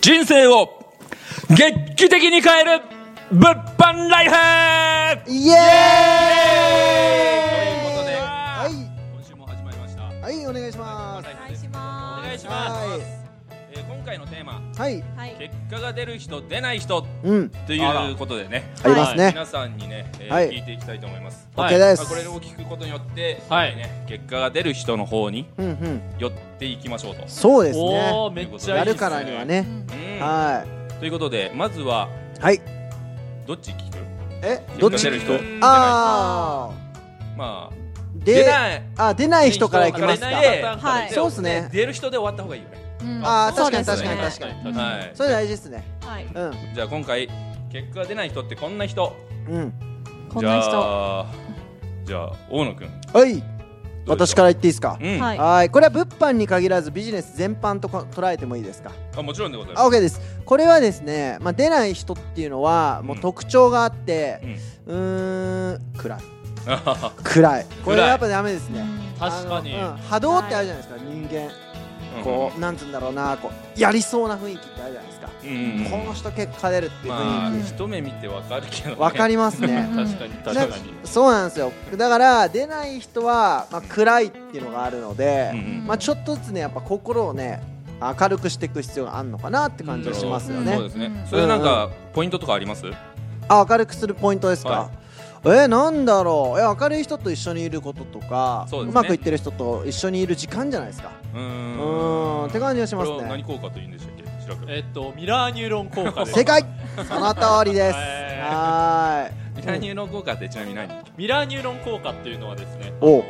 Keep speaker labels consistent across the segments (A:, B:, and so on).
A: 人生を劇的に変える物販ライフ
B: イエーイ
A: は
B: はいい、
A: 今週も始まりました
B: はい、お願いします
A: お
C: お願いしま
A: 願いし
C: す。
A: ま
B: は
A: すえー今回のテーマ
B: はい、
C: はい。
A: 結果が出る人出ない人
B: うん、
A: ということでね
B: ありますね
A: 皆さんにね、えー
B: はい
A: 聞いていきたいと思います、
B: オッケーで
A: まあ、
B: す
A: これを聞くことによって、
D: はい
A: えーね、結果が出る人の方に
B: うんうん、
A: 寄っていきましょうと、
B: そうですね
D: おおめっちゃい
B: や
D: いっすね
B: るからにはね、
A: うん
B: は、
A: ということでまずはい
B: はい、
A: どっち聞く
B: え、
A: 結
B: ど
A: 果
B: っち
A: 出る人
B: あ
A: まあ
B: ー
A: 出
B: で、
A: ない
B: あ、出ない人からいきま
A: 出
B: すか
A: ない人から
C: はい
B: そうっすね
A: 出る人で終わった方がいいよね、
C: うん
B: あー
C: そう
B: 確
C: で
B: かに確
C: す
B: かに
C: ね
B: 確かに
D: に
A: はい
B: それ大事ですね
C: はい。
B: うん、
A: じゃあ今回結果が出ない人ってこんな人
B: うん、
C: こんな
A: じ
C: 人。
A: ゃあじゃあ大野くん
B: は
A: どうで
B: い、
A: しょう
B: 私から言っていいですか
A: うん、
C: はい。
B: はい、これは物販に限らずビジネス全般とこ捉えてもいいですか
A: あもちろんでございます
B: あ OK ですこれはですね、まあ、出ない人っていうのはもう特徴があってうんーん暗い 暗いこれやっぱダメですね
D: 確かに
B: あのうん波動ってあるじゃないですか、人間こうなんつうんだろうなこうやりそうな雰囲気ってあるじゃないですか、
A: うん、うんうん
B: この人結果出るっていう
A: まあ
B: 雰囲
A: 一目見てわかるけど、ね、
B: 気わ、かりますね
C: うん
D: 確かに確かに
B: そうなんですよだから出ない人は、まあ、暗いっていうのがあるので、
A: うんうん
B: まあ、ちょっとずつねやっぱ心をね明るくしていく必要があるのかなって感じがしますよね、
A: そうです
C: う
A: ね
C: ん。
A: それなんかポイントとかあります？
B: あ明るくするポイントですか、
A: は
B: えー、なんだろうえ明るい人と一緒にいることとか
A: そうですね
B: まくいってる人と一緒にいる時間じゃないですか
A: う
B: う
A: ー
B: ー
A: ん
B: んって感じがし
A: こ
B: ま
A: れ
B: す
A: を何
B: ね
A: 効果と言うんでしたっけ？白く。
D: えっとミラーニューロン効果です
B: 正解その通りです
D: はい
B: は
A: ミ
B: ーい
A: ラーニューロン効果ってちなみに何？
D: ミラーニューロン効果っていうのはですねあ
B: お
D: の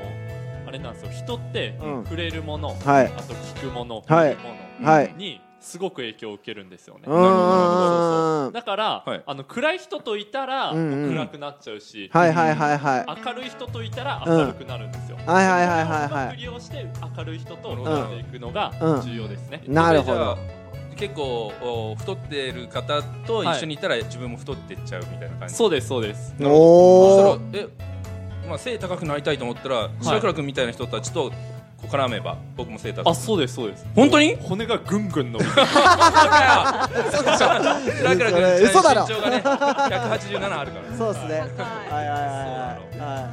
D: あれなんですよ人って
B: うん
D: 触れるもの
B: は
D: あ
B: い
D: と聞くもの
B: はい
D: 見るもの
B: はい
D: にすごく影響を受けるんですよね
B: うーん
D: そうそうだから、
A: はい
D: あの暗い人といたら、
B: うんうん
D: もう暗くなっちゃうし、
B: はいはいはいはい
D: 明るい人といたら明るくなるんですよ、
B: はいはいはいはいう
D: ま
B: は
D: く
B: い
D: 利用して明るい人と絡んでいくのが
B: うん
D: 重要ですね、
B: なるほ
A: それじゃあ
B: ど。
A: 結構お太ってる方と一緒にいたら自分も太ってっちゃうみたいな感じ。
D: そうですそうです
B: お
A: そ
B: お
A: したらえ、まあ背高くなりたいと思ったら白倉君みたいな人たちとこう絡めば僕も背高く。
D: あそうですそうです
A: 本当に
D: 骨がぐんぐん伸びる
A: 白倉君
B: 嘘だろ
A: 身長 がね187あるから。
B: そうですねはい
C: は
B: はいはいは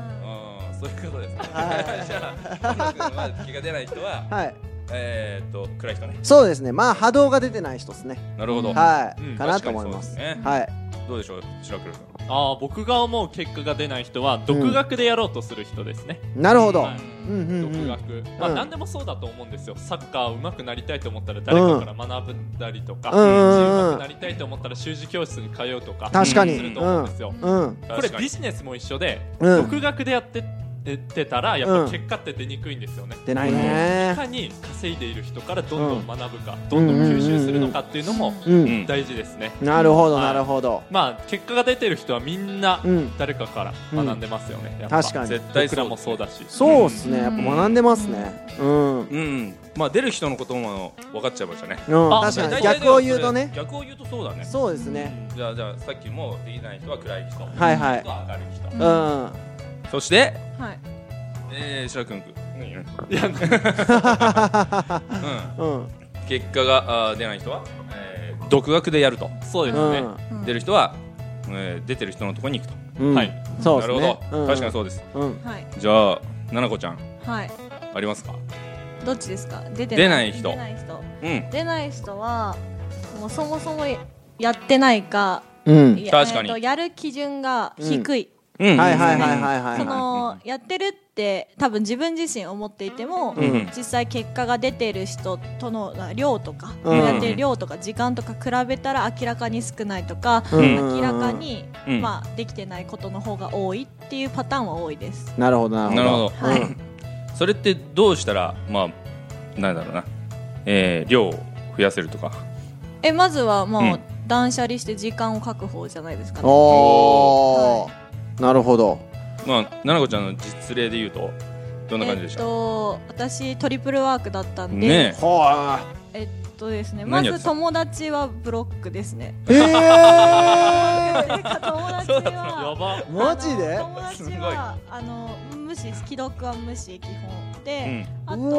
A: うんそういうことですね。
B: はい、
A: じゃあ、野君は気が出ない人はい
B: はい、
A: えー、っと、暗い人ね。
B: そうですねまあ波動が出てない人ですね
A: なるほど。
B: はい、
D: うん
B: かなと思います
A: 確かにそうで
B: はい
A: ね。どうでしょう、白黒君。
D: ああ僕が思う結果が出ない人は独学でやろうとする人ですね、
B: なるほど、
D: はい
B: うんうんう
D: 独
B: ん
D: 学、まあ、
B: うん
D: 何でもそうだと思うんですよサッカー上手くなりたいと思ったら誰かから学んだりとか、
B: うんうんうん
D: 上手くなりたいと思ったら習字教室に通うとか
B: 確かに
D: すると思うんですよ、
B: うん
D: これ
A: 確かに
D: ビジネスも一緒で、
B: うん
D: 独学でやってってたらやっぱ結果って出にくいんですよね、
B: 出ない
D: い
B: ね
D: かに稼いでいる人からどんどん学ぶか、どんどん吸収するのかっていうのも
B: うん、
A: うん
D: 大事ですね、
B: なるほど
D: はい
B: なるほど、
D: まあ結果が出てる人はみんな
B: うん
D: 誰かから学んでますよね、やっぱ
B: 確かに
A: 絶対
D: 僕らもそうだし
B: そうっすね
C: うん
B: やっぱ学んでますねうん、うん、
A: うん。まあ、出る人のことも分かっちゃいましたね。
D: あ
B: 確かに逆を言うと
A: そ
B: ね
A: れ逆を言うとそうだね。
B: そうですね
A: じゃあ、じゃあ、さっきもできない人は暗い人。
B: はいはい
A: できない人は明るい人。
B: う、
C: うんん
A: そして、
C: はい。
A: えー、白黒君。
D: いや
A: うん。
B: うん
A: 結果があー出ない人は、えー、独学でやると。
D: そうです
B: うん
D: ね、
C: うん
A: 出る人は、えー、出てる人のところに行くと。
B: うん
D: はい
B: そうで
A: な
B: す
A: る
B: ね
A: ほど。確かに
B: そ
A: そうです。
B: うん、うん、
C: はい。
A: じゃあ、ななこちゃん、
C: はい。
A: ありますか
C: どっちですか。出て
A: 出ない人
C: 出ない人。
A: うん。
C: 出ない人はもうそもそもやってないか、
B: うん、
C: や
A: 確かに
C: えーとやる基準が低い。
A: うん
B: はいはいはいはいはい
C: そのやってるって多分自分自身思っていても、
A: うん
C: 実際結果が出てる人とのあ量とか、
B: うん
C: やってる量とか時間とか比べたら明らかに少ないとか、
B: うん
C: 明らかに、
A: うん
C: まあ、できてないことの方が多いっていうパターンは多いです。
B: なるほどなるほど
A: なるほど
C: はい、
A: それってどうしたらまあなんだろうな、えー、量を増やせるとか
C: えまずはも
A: う
C: うん断捨離して時間を確保じゃないですかね。
B: おお、なるほど
A: まあ奈々子ちゃんの実例で言うとどんな感じ
C: え
A: で
C: っ
A: した、
C: と私トリプルワークだったんで、
A: ね
B: は
C: えっとですねま
A: 何やっ
C: ず
A: てた
C: 友達はブロックですね。
B: ええ
C: なんか友達
A: そうだった
D: や
C: は
D: ば
B: マジで
C: あの友達はあの無視既読は無視基本
A: う
C: で、
A: ん
C: あ
B: うお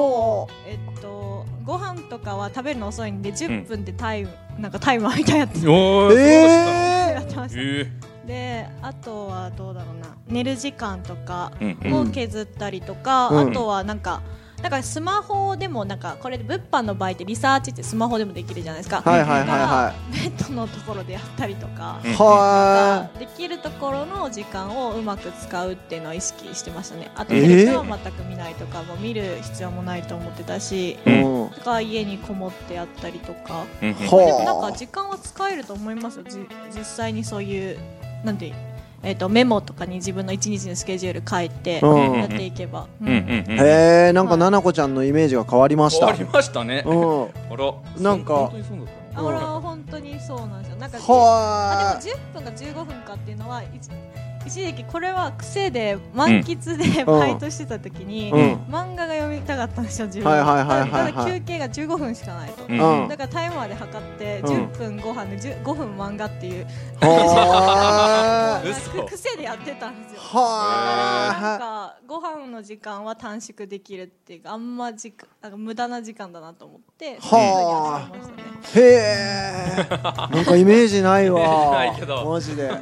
C: とえっとご飯とかは食べるの遅いんで10分でタイム、なんかタイマーみたいなやつ
A: おー
B: え
C: やってま
A: そうだっ
C: し
A: たの
C: た、
A: え
C: であとはどうだろうな寝る時間とか
A: ーうんうん
C: を削ったりとか、
B: うん
C: あとはなんかなんかスマホでもなんかこれ物販の場合ってリサーチってスマホでもできるじゃないですか、
B: ー、はいはいはいは
C: ベッドのところでやったりとか
A: う、ん
B: いは
C: できるところの時間をうまく使うっていうのを意識してましたねあと
B: えー
C: テレビは全く見ないとかも見る必要もないと思ってたし、
B: ー
A: うん
B: うん
C: とか家にこもってやったりとか
A: うんうん
B: ほう
C: でもなんか時間は使えると思いますよじ実際にそういうなんていう、えー、とメモとかに自分の一日のスケジュール書いて
B: うん
C: やっていけば、
A: う
C: うんん
A: うんうん
B: へえなんかななこちゃんのイメージが変わりまし
A: 変わ
B: た
A: りましたね
B: うん
A: あら
B: なんか
A: 本当にそうだったの
B: う
C: あ
B: ん
C: 俺は本当にそうなんですよなんかあ
B: は
C: でも10分か15分かっていうのは一一時期これは癖で満喫でバイトしてた時に、
B: ーうん
C: 漫画が読みたかったんですよ自分
B: はいはいはいはいはい
C: ただ休憩が15分しかないと、
A: うん
B: うん
C: だからタイマーで測って
B: うん
C: 10分ご飯で10 5分漫画っていう、
B: はー
D: 嘘
C: なんか癖でやってたんですよだからなん
B: は
C: かご飯の時間は短縮できるっていうかあんま時間なんか無駄な時間だなと思ってそういうふうにやってましたね
B: ーへえなんかイメージないわ
A: イメージないけど
B: マジでうん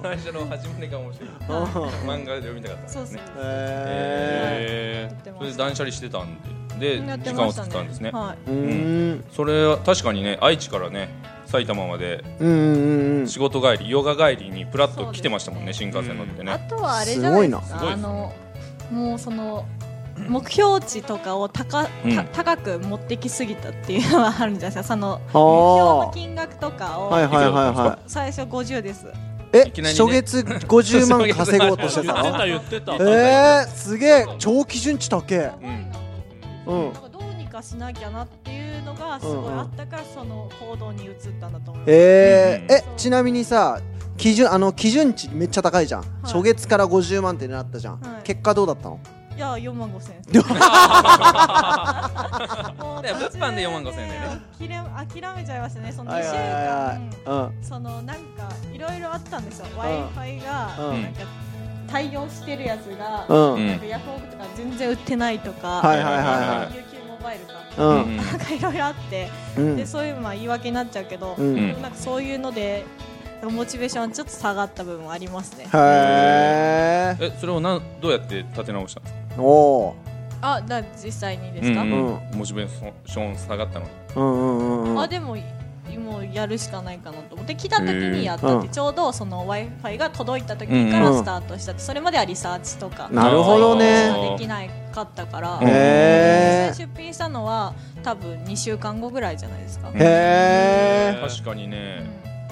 A: 最初の始まりが面白い
B: うん
A: 漫画で読みたかった
C: そうそう、
B: へ
D: え
C: やってま
A: それ
C: し
A: で
C: た
A: 断捨離してたんでで
C: やっ
A: 時
C: て
A: 間
C: ま
A: を
C: した
A: 作ったんですね
C: はい
B: ーうん
A: それは確かにね愛知からね埼玉まで
B: うんうんうん
A: 仕事帰りヨガ帰りにプラッと来てましたもんね
C: そ
A: 新幹線乗って
C: あ
A: ね
C: とはあれじゃないです
B: す
C: か
A: ごいな
C: あのもうその目標値とかを高,た、
A: うん
C: 高く持ってきすぎたっていうのはあるんじゃないですかその
B: ああ
C: 目標の金額とか
B: はい
C: を
B: はいはいは
C: 最初50です、
B: いえ
A: いきなりね
B: 初月50万稼ごうとしてた
D: 言って
B: の
D: た言ってた
B: えー、すげえ超基準値高え
A: うん
B: うん
C: なんかどうにかしなきゃなっていうのがすごいあったからその行動に移ったんだと思います、
B: えー、え
C: うん
B: ちなみにさ基準あの基準値めっちゃ高いじゃん、初月から50万ってなったじゃん、
C: はい
B: 結果どうだったの
C: いや4万5千円
B: で
C: もう
A: ね物販で4万5千円だよね
C: 途中で諦め諦めちゃいましたねその
B: は
C: 2
B: い
C: 週
B: は
C: 間、
B: いは
C: そのなんかいろいろあったんですよ w
B: ん
C: i f i が
B: うん
C: なんか対応してるやつが、
B: いうんうん
A: ん
C: なんかヤフオクとか全然売ってないとか、
B: はいはいはいはい
C: UQ モバイルか
B: うん
A: うん
C: なんかいろいろあって、
B: うん
C: でそういうのは言い訳になっちゃうけど、
B: うん
C: でもなんかそういうのでなんかモチベーションちょっと下がった部分はありますね。
B: へえ
A: えそれをなんどうやって立て直したんですか
B: おお
C: あだ実際にですか、
A: うん
B: うん
A: モチベーション下がったのに
B: ーうんうんうんうん
C: あでもいもうやるしかないかなと思って来た時にやったっ
B: へえ
C: てちょうどその w i f i が届いた時からスタートしたってそれまではリサーチとか
B: なるほど
A: なるほ
B: ね
A: ど
C: できないかったから
A: うん
B: へ
C: 実際
B: ー
C: 出品したのは多分2週間後ぐらいじゃないですか、
A: うん
B: へえ
A: 確かにね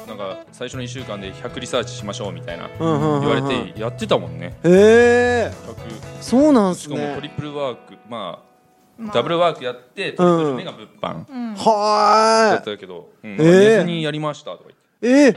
A: なんか最初の1週間で100リサーチしましょうみたいな
B: うんうんうんうん
A: 言われてやってたもんね
B: へえ
A: 100
B: そうなん
A: し
B: す
A: かもトリ
B: ね
A: プルワークま
C: ま
A: あ
C: あ
A: ダブルワークやってトリプル目が物販
C: うん
A: だっ
B: はーい
A: たけどうん
B: え
A: 寝ずにやりましたとか言って
B: え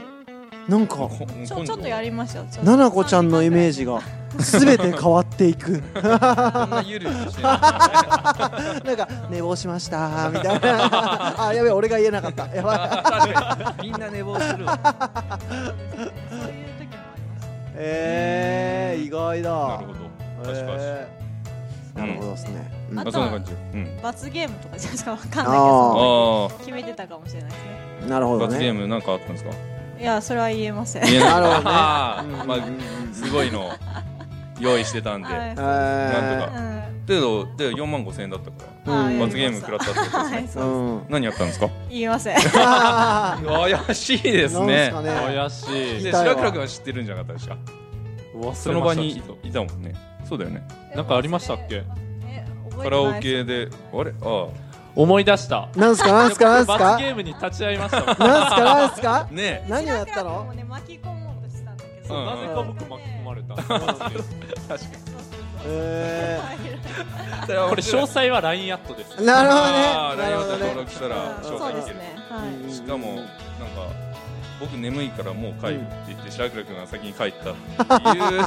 B: ー、なんか
A: こ今
C: ち
A: 度
C: ょちょっとやりましたよょっと
B: ななこちゃんのイメージが全て変わっていく
A: こんなゆるゆるしてない
B: なんか寝坊しましたみたい なあやべえ俺が言えなかったやばい
A: みんな寝坊するわ
C: そういう時もありまし
B: えー、意外だ
A: なるほど確かに
B: えーなるほどですね、うん
A: ま
C: あ
A: あそんな感じうん
C: た罰ゲームとかじゃないですかわかんないけ
B: あ
C: ど
A: あ
C: 決めてたかもしれないですね
B: なるほ
A: あ
B: ど
A: 罰ゲー
B: ね
A: ムなんかあったん ですか
C: いやそれは言えません
A: 見え
B: なるほどね
A: あ
B: うん
A: ーまあすごいの用意してたんで
C: はい
A: な
B: え
A: んと
B: ー
A: か
C: うん
A: けどで4万5千円だったか
C: あ
B: うん
A: ら
C: やりました
A: 罰ゲーム食らったってことです
C: は
A: ね
C: いそううん
A: 何やったんですか
C: 言いません
A: 怪しいです
B: なんす
A: ね
B: かね
D: 怪しい
A: で
B: たいわ
A: 白倉君は知ってるんじゃなかったですかその場にいいたもんねそうだよね
D: なんかありましたっけ
C: え覚えてない
A: カラオケであれあ
D: 思い出した
B: なんすかなんすかなんすか
D: 罰ゲームに立ち会いました
B: なんすかなんす
A: あ
B: か
A: ね
B: 何をやった の
C: 白倉君もね巻き込もうとしたんだけど
A: そう
D: なぜか僕巻き込まれ た
B: え
A: えそれは
D: これ詳細は LINE アットです
B: ー、なるほど
A: あ
B: ね
A: ー
B: なるほど
A: LINE を登
B: ね
A: 録したら
C: そう
A: 紹介
C: です
A: できる
C: ねはい
A: しかもなんか僕眠いからもう帰るって言って白倉君が先に帰ったっていう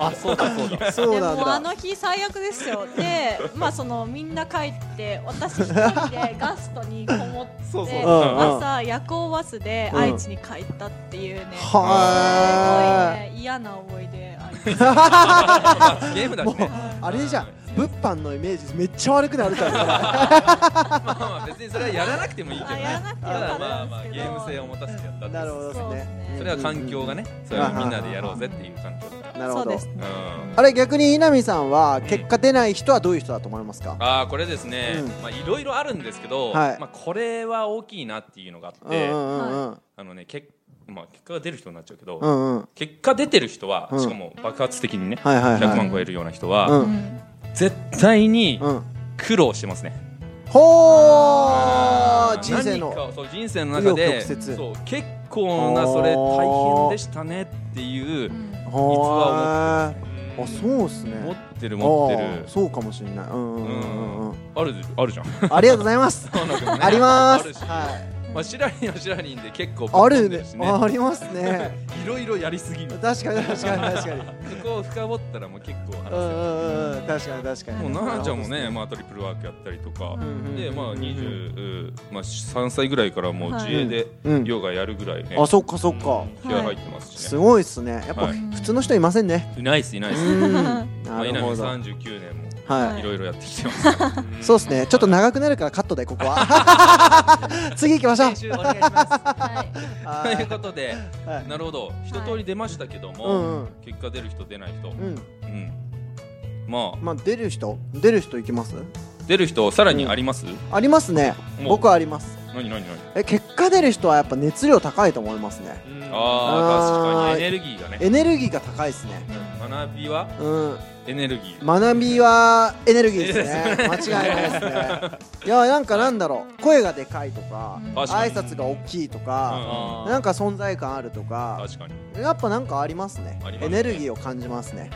D: あそうだそうだ
B: そう
C: で
B: なん
C: もあの
B: だ
C: 日最悪ですよでまあそのみんな帰って私一人でガストにこもっ
D: そうそう
C: て
B: うんうん
C: 朝夜行バスで愛知に帰ったっていうね、すごい
B: は
C: ね嫌な思い出あります
A: ゲームだしね
B: あれじゃん物販のイメージめっちゃ悪くなるから
A: まあまあ別にそれはやらなくてもいいけど
C: あ
A: ね
C: やらなくて
A: た
C: よか
A: だまあ
C: っ
A: ま
C: た
A: あ
C: ん
A: ゲ
C: ですけど
A: ーム性を持たせてやったって
B: なるほど
A: こ
B: で
A: と
B: す
C: そうです
B: ね
C: ね
A: それは環境がねそれはみんなでやろうぜっていう環境だか
B: なるほ
C: そう
B: ど
C: ですね
A: らうん
B: あれ逆に稲見さんは結果出ない人はどういう人だと思いますか
A: ああこれですね、
B: うん
A: まあいろいろあるんですけど、
B: はい
A: まあこれは大きいなっていうのがあっ
B: うんう
A: て、
B: んうんうん
A: あのねけまあ結果が出る人になっちゃうけど、
B: うんうん
A: 結果出てる人は、
B: うん
A: しかも爆発的にね、
B: はいはい
A: 100
B: はい
A: 万超えるような人は、
B: うん
C: うん
A: 絶対に
B: うん
A: 苦労してますね。
B: ほ
A: あ
B: ー
A: ー
B: 人生の
A: 何かをそう人生の中で
B: 紆余曲折
A: そう結構なそれ大変でしたねっていう
C: う。ん
B: はー
D: うん
B: あそうっすね
A: 持ってる持って
B: あー
A: る
B: そうかもしれないうんうんうんうんうん
A: あるあるじゃん
B: ありがとうございます
A: そうなんだよね
B: ありま
A: あるし
B: すはい
A: まあシラリンはシラリンで結構ぶっ
B: あ
A: 込ん
B: る
A: で
B: ね
A: し
B: あありますね
A: いろいろやりすぎみたい
B: 確かに確かに 確かに
A: なそこを深掘ったらもう結構話
B: う
A: せ
B: んうんうんうん確かに確か
A: るもう
B: に
A: 奈々ちゃんもねまあトリプルワークやったりとか
B: ん
A: でま
B: う
A: あ
B: ん
A: 20まあ3歳ぐらいからもう自営で
B: うん
A: ヨガやるぐらいね
B: あそっかそっか
A: 気合入ってますし
B: す
A: ね
B: ごいっすねやっぱ
A: はい
B: 普通の人いませんね
A: いないっすいないっ
B: う
A: す
B: ん
A: ま
B: な
A: あ稲
B: る
A: 見
B: ほど
A: 39年も
B: はい
A: いろいろやってきてますから
B: そうですねちょっと長くなるからカットでここは 次行きましょう
A: 編集お願いします
C: はい
A: と
B: は
A: い
B: い
A: うことで、
B: はい
A: なるほど一通り出ましたけども、
B: うんうん
A: 結果出る人出ない人、う
B: うんん
A: まあ
B: まあ出る人出る人いきます
A: 出る人さらにあります、
B: ありますね
A: もう
B: 僕はあります
A: 何何何
B: え結果出る人はやっぱ熱量高いと思いますね
D: うん
A: ああ確
B: あー
A: かにエネルギーがね
B: エネルギーが高いですね
A: 学びは
B: うん
A: エネルギー
B: 学びはエネルギーですね間違いないですねいやなんかなんだろう声がでかいとか
C: うん
A: 確か
B: 挨
A: に
B: 拶が大きいと
A: う
B: か、
A: ん
B: なんか存在感あるとか
A: 確かに
B: やっぱなんかありますね
A: ありますね
B: エネルギーを感じますね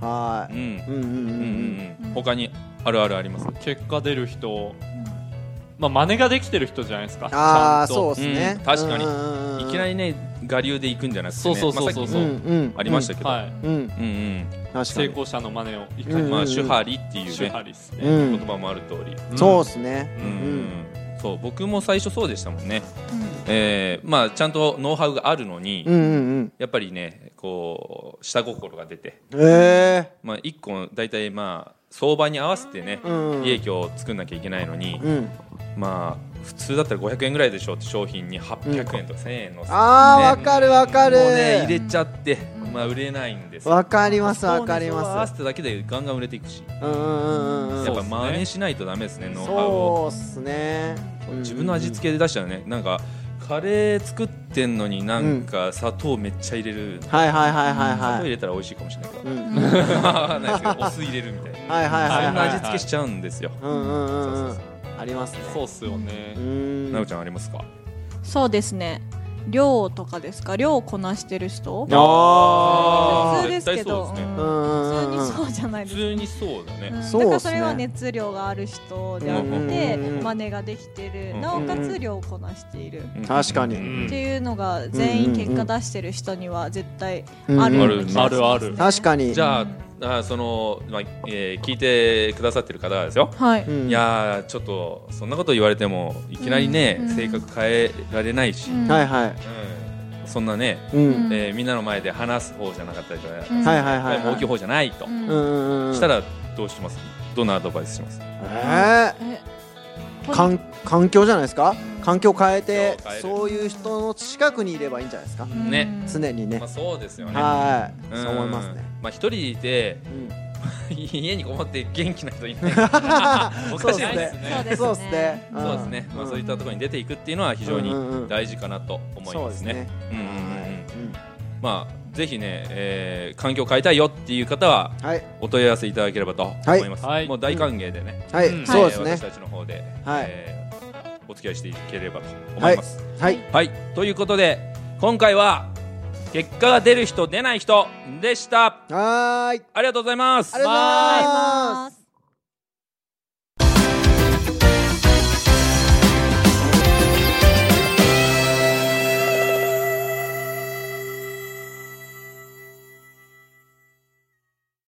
B: は
A: う
B: い、
A: ん
B: うん、うんうんう
A: うん
B: んうん
A: うんうん他にあるあるあります
D: 結果出る人まあ真似ができてる人じゃないですか
B: ああ
D: ちゃん
B: そう
D: と
B: ですね、
A: うん確かに
B: に
A: いきなりね我流で行くんじゃなくて、ね、
D: そうそうそうそ
A: ま
D: う
A: あ
D: そ
A: さ
D: う
A: っきも
B: ん
A: ありましたけど、
D: はい
B: うん、うん、
A: うんうん
B: 確か
D: 成
B: に
D: 功者の真似をいか
B: うん
D: に
A: まあ手張りっていう
D: 手
A: ね
D: 張りです
B: う
D: ね
A: 言
B: ん
A: 葉もある通り
B: そうですね
A: うん、そう僕も最初そうでしたもんね
C: うん
A: えーまあ、ちゃんとノウハウがあるのに、
B: うんうんうん
A: やっぱりねこう下心が出て、
B: え
A: まあ、1個大体まあ相場に合わせてね、
B: えうん
A: 利益を作んなきゃいけないのに、
B: うん
A: まあ普通だったら500円ぐらいでしょって商品に800円とか1000円の、
B: あ
A: ね
B: ーわかるわかる
A: もうね入れちゃって、
C: うん
A: まあ、売れないんですよ
B: わかりますわかり
A: そこに合わ
B: ま
A: せ
B: す
A: ただけでガンガン売れていくし、
B: うんうんうんうん
A: やっ
D: そう
A: ぱ
D: っすね
A: 真似しないとダメですねノウハウを
B: そうっすね
A: 自分の味付けで出したらねなんかカレー作ってんのになんか砂糖めっちゃ入れる、
B: けはいはいはいはい
A: 砂糖
B: は
A: 入
B: い
A: れたら美味しいかもしれないけど、
B: うん
C: う
B: は
C: んうん
A: わかんないですけどお酢入れるみたいな、
B: いはいはい
A: そ
B: は
A: ん
B: い
A: な味付けしちゃうんですよ、
B: うんうんうんう
A: そ
B: ん
A: う
B: ありますね
D: そうっすよね
B: うーん
A: なおちゃんありますか
C: そうですね量とかですか量をこなしてる人
B: あ
A: ー
C: 普通ですけど
A: 絶対そうですね
C: う
B: う
C: ん
B: んうんうん
C: 普通にそうじゃない
A: 普
C: ですか
A: 通にそうだ
C: うん
A: ね、
B: そうっすね
C: だからそれは熱量がある人であっ
A: うん
C: て
B: うん
C: 真似ができてる
A: うん
C: なおかつ量をこなしているっ
A: うん
B: 確かに
A: うん
C: ていうのが全員結果出してる人には絶対
B: うん
C: あるような気がしますね
D: あるある
B: 確かに
A: じゃああその、まあえー聞いてくださってる方はですよ、
C: はい
B: うん
A: いやーちょっとそんなこと言われてもいきなりね、
C: うん
A: 性格変えられないし、
C: うん
B: はい
A: う
B: はい
A: んそんなね、
B: うん
A: えーみんなの前で話す方じゃなかったりとか、
C: うん
B: はいはいはいは
A: 大きい
B: い
A: 方じゃないと、
C: う
B: う
C: ん
B: んうんうん
A: したらどうしますどんなアドバイスします
B: え
C: え
B: ーかん環境じゃないですか環境変えて
A: 環境変える
B: そういう人の近くにいればいいんじゃないですか
A: ね
C: うん
B: 常にね
A: まあ、そうですよね、
B: はい
A: ん
B: そう思いますね
A: まあ、一人で
B: うん
A: 家にこもって元気な人いない からおかしい
B: そうです
D: ね
C: そうですね
B: そうですね
C: うん
A: そうですね、まあ、
B: うん
A: そういったところに出ていくっていうのは非常に
B: うんうんうん
A: 大事かなと思い
B: そう
A: ま
B: ですす
A: ね
B: ね。
A: うんうんうん
B: は
A: まあぜひね、えー環境変えたいよっていう方はいお問い合わせいただければと思います、
D: はいはい
A: もう大歓迎でね、
B: はい
D: うん
B: そうです
A: えー私
B: ね
A: たちの方で、
B: はい
A: えーお付き合いしていければと思います。
B: はい
A: はい、ということで今回は結果が出る人出ない人でした
B: はーい
A: ありがとうございます
B: ありがとうございます